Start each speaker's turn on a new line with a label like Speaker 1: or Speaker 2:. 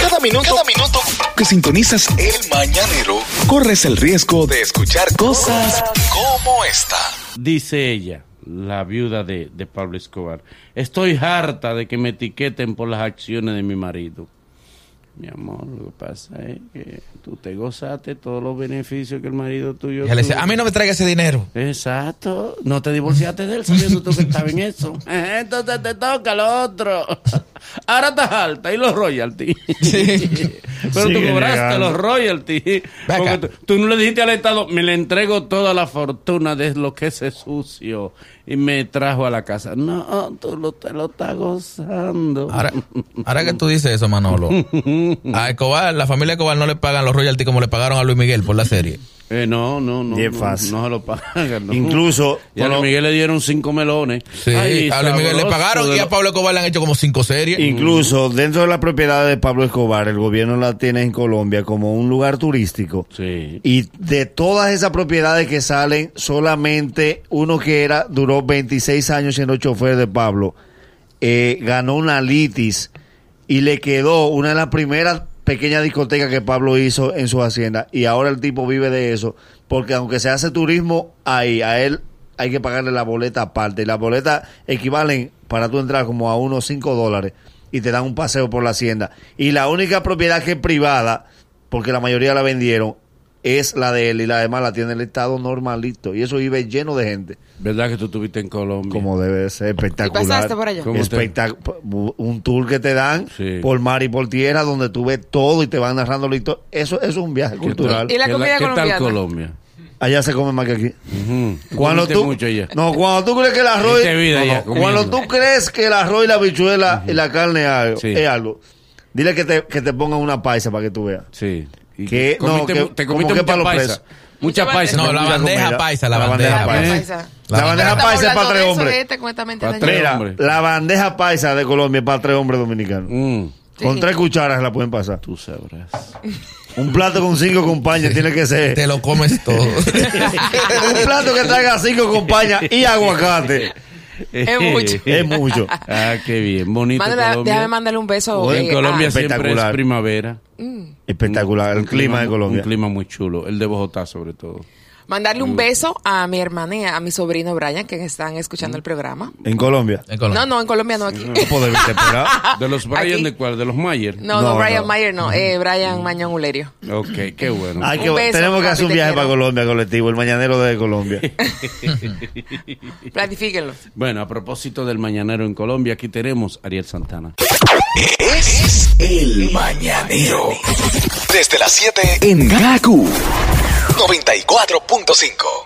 Speaker 1: Cada minuto, cada minuto que sintonizas el mañanero, corres el riesgo de escuchar cosas como esta.
Speaker 2: Dice ella, la viuda de, de Pablo Escobar, estoy harta de que me etiqueten por las acciones de mi marido. Mi amor, lo que pasa es que tú te gozaste todos los beneficios que el marido tuyo.
Speaker 3: Ella le dice,
Speaker 2: tuvo.
Speaker 3: a mí no me traiga ese dinero.
Speaker 2: Exacto. No te divorciaste de él sabiendo tú que estaba en eso. Entonces te toca lo otro. Ahora estás alta y los royalties. Pero tú
Speaker 4: Sigue
Speaker 2: cobraste
Speaker 4: llegando.
Speaker 2: los royalties.
Speaker 3: Ve acá.
Speaker 2: Porque tú, tú no le dijiste al Estado, me le entrego toda la fortuna de lo que ese sucio y me trajo a la casa. No, tú lo, te lo estás gozando.
Speaker 3: Ahora, ahora que tú dices eso, Manolo, a Escobar, la familia Escobar no le pagan los royalties como le pagaron a Luis Miguel por la serie.
Speaker 2: Eh, no, no, no.
Speaker 4: Bien
Speaker 2: no,
Speaker 4: fácil.
Speaker 2: No, se lo pagan. no.
Speaker 4: Incluso,
Speaker 2: Y a
Speaker 4: bueno,
Speaker 2: Luis Miguel le dieron cinco melones.
Speaker 3: Sí,
Speaker 2: Ay,
Speaker 3: a Luis Miguel le
Speaker 2: sabroso
Speaker 3: pagaron
Speaker 2: de
Speaker 3: y
Speaker 2: lo-
Speaker 3: a Pablo Escobar le han hecho como cinco series.
Speaker 4: incluso dentro de la propiedad de Pablo Escobar, el gobierno la tiene en Colombia como un lugar turístico.
Speaker 2: Sí.
Speaker 4: Y de todas esas propiedades que salen, solamente uno que era duró 26 años siendo chofer de Pablo, eh, ganó una litis y le quedó una de las primeras pequeñas discotecas que Pablo hizo en su hacienda. Y ahora el tipo vive de eso, porque aunque se hace turismo ahí, a él hay que pagarle la boleta aparte. Y las boletas equivalen para tú entrar como a unos 5 dólares y te dan un paseo por la hacienda. Y la única propiedad que es privada, porque la mayoría la vendieron, es la de él y la demás la tiene el Estado normalito. Y eso vive lleno de gente.
Speaker 2: ¿Verdad que tú estuviste en Colombia?
Speaker 4: Como debe de ser, espectacular.
Speaker 5: ¿Y pasaste por allá?
Speaker 2: ¿Cómo te-
Speaker 4: Espectac- Un tour que te dan
Speaker 2: Sí.
Speaker 4: por mar y por tierra, donde tú ves todo y te van narrando la historia. Eso, eso es un viaje cultural.
Speaker 5: ¿Y la
Speaker 2: ¿Qué
Speaker 5: comida
Speaker 2: ¿qué
Speaker 5: colombiana?
Speaker 2: tal Colombia?
Speaker 4: Allá se come más que aquí.
Speaker 2: Ujú.
Speaker 4: Cuando
Speaker 2: Comiste
Speaker 4: tú,
Speaker 2: mucho allá.
Speaker 4: no, cuando tú crees que el arroz,
Speaker 2: Viste vida
Speaker 4: no, no,
Speaker 2: allá
Speaker 4: cuando
Speaker 2: comiendo.
Speaker 4: tú crees que el arroz y la bichuela y la carne es algo,
Speaker 2: Sí.
Speaker 4: es algo, dile que te, que te pongan una paisa para que tú veas.
Speaker 2: Sí. ¿Y
Speaker 4: ¿Qué? No,
Speaker 2: comiste
Speaker 4: que-
Speaker 2: mu- ¿Te
Speaker 4: ¿cómo
Speaker 2: comiste
Speaker 4: que
Speaker 2: mucha
Speaker 4: palo
Speaker 2: paisa?
Speaker 4: preso?
Speaker 2: Mucha
Speaker 5: Mucha
Speaker 2: paisa.
Speaker 3: No, la
Speaker 4: Mucha
Speaker 3: bandeja
Speaker 4: comida.
Speaker 3: paisa, la
Speaker 4: La
Speaker 3: bandeja
Speaker 4: bandeja
Speaker 3: paisa.
Speaker 5: paisa.
Speaker 4: La
Speaker 3: La
Speaker 4: bandeja
Speaker 5: Estamos
Speaker 4: paisa es para
Speaker 5: hablando
Speaker 4: tres
Speaker 5: de eso,
Speaker 4: hombres.
Speaker 5: de este, cuéntamente,
Speaker 2: Para
Speaker 5: dañado.
Speaker 2: tres
Speaker 4: Mira,
Speaker 2: hombres.
Speaker 4: la bandeja paisa de Colombia es para tres hombres dominicanos.
Speaker 2: Mm,
Speaker 4: Con
Speaker 5: Sí.
Speaker 4: tres cucharas la pueden pasar.
Speaker 2: tú sabrás.
Speaker 4: Un plato con cinco compañías tiene que ser.
Speaker 3: Te lo comes todo.
Speaker 4: Un plato que traiga cinco compañas y aguacate.
Speaker 5: Es mucho.
Speaker 4: Es mucho.
Speaker 2: Ah, qué bien. Bonito
Speaker 5: Mándale-
Speaker 2: Colombia.
Speaker 5: déjame mandarle un beso.
Speaker 4: Oye,
Speaker 2: En
Speaker 5: eh,
Speaker 2: Colombia
Speaker 5: a-
Speaker 2: siempre es
Speaker 4: Espectacular.
Speaker 2: primavera.
Speaker 4: Espectacular. El
Speaker 2: Un
Speaker 4: clima de Colombia.
Speaker 2: Un clima muy chulo. El de Bogotá, sobre todo.
Speaker 5: mandarle un beso a mi hermana y a mi sobrino Brian, que están escuchando el programa.
Speaker 4: En Colombia.
Speaker 3: En Colombia.
Speaker 5: No, no, en Colombia Mm. no, aquí.
Speaker 4: No podemos esperar.
Speaker 2: ¿De los Brian
Speaker 5: Ah, Aquí.
Speaker 2: de cuál? ¿De los Mayer?
Speaker 5: No, no,
Speaker 4: No,
Speaker 5: Brian
Speaker 4: no.
Speaker 5: Mayer no, eh, Brian Mañón Ulerio.
Speaker 2: Ok, qué bueno.
Speaker 4: Hay que-
Speaker 5: Un beso,
Speaker 4: tenemos que
Speaker 5: papi,
Speaker 4: hacer un
Speaker 5: te
Speaker 4: viaje
Speaker 5: quiero.
Speaker 4: para Colombia colectivo, el mañanero de Colombia.
Speaker 5: Platifíquenlo.
Speaker 2: Bueno, a propósito del mañanero en Colombia, aquí tenemos a Ariel Santana.
Speaker 1: Es el mañanero. Desde las 7 en GACU 94.5.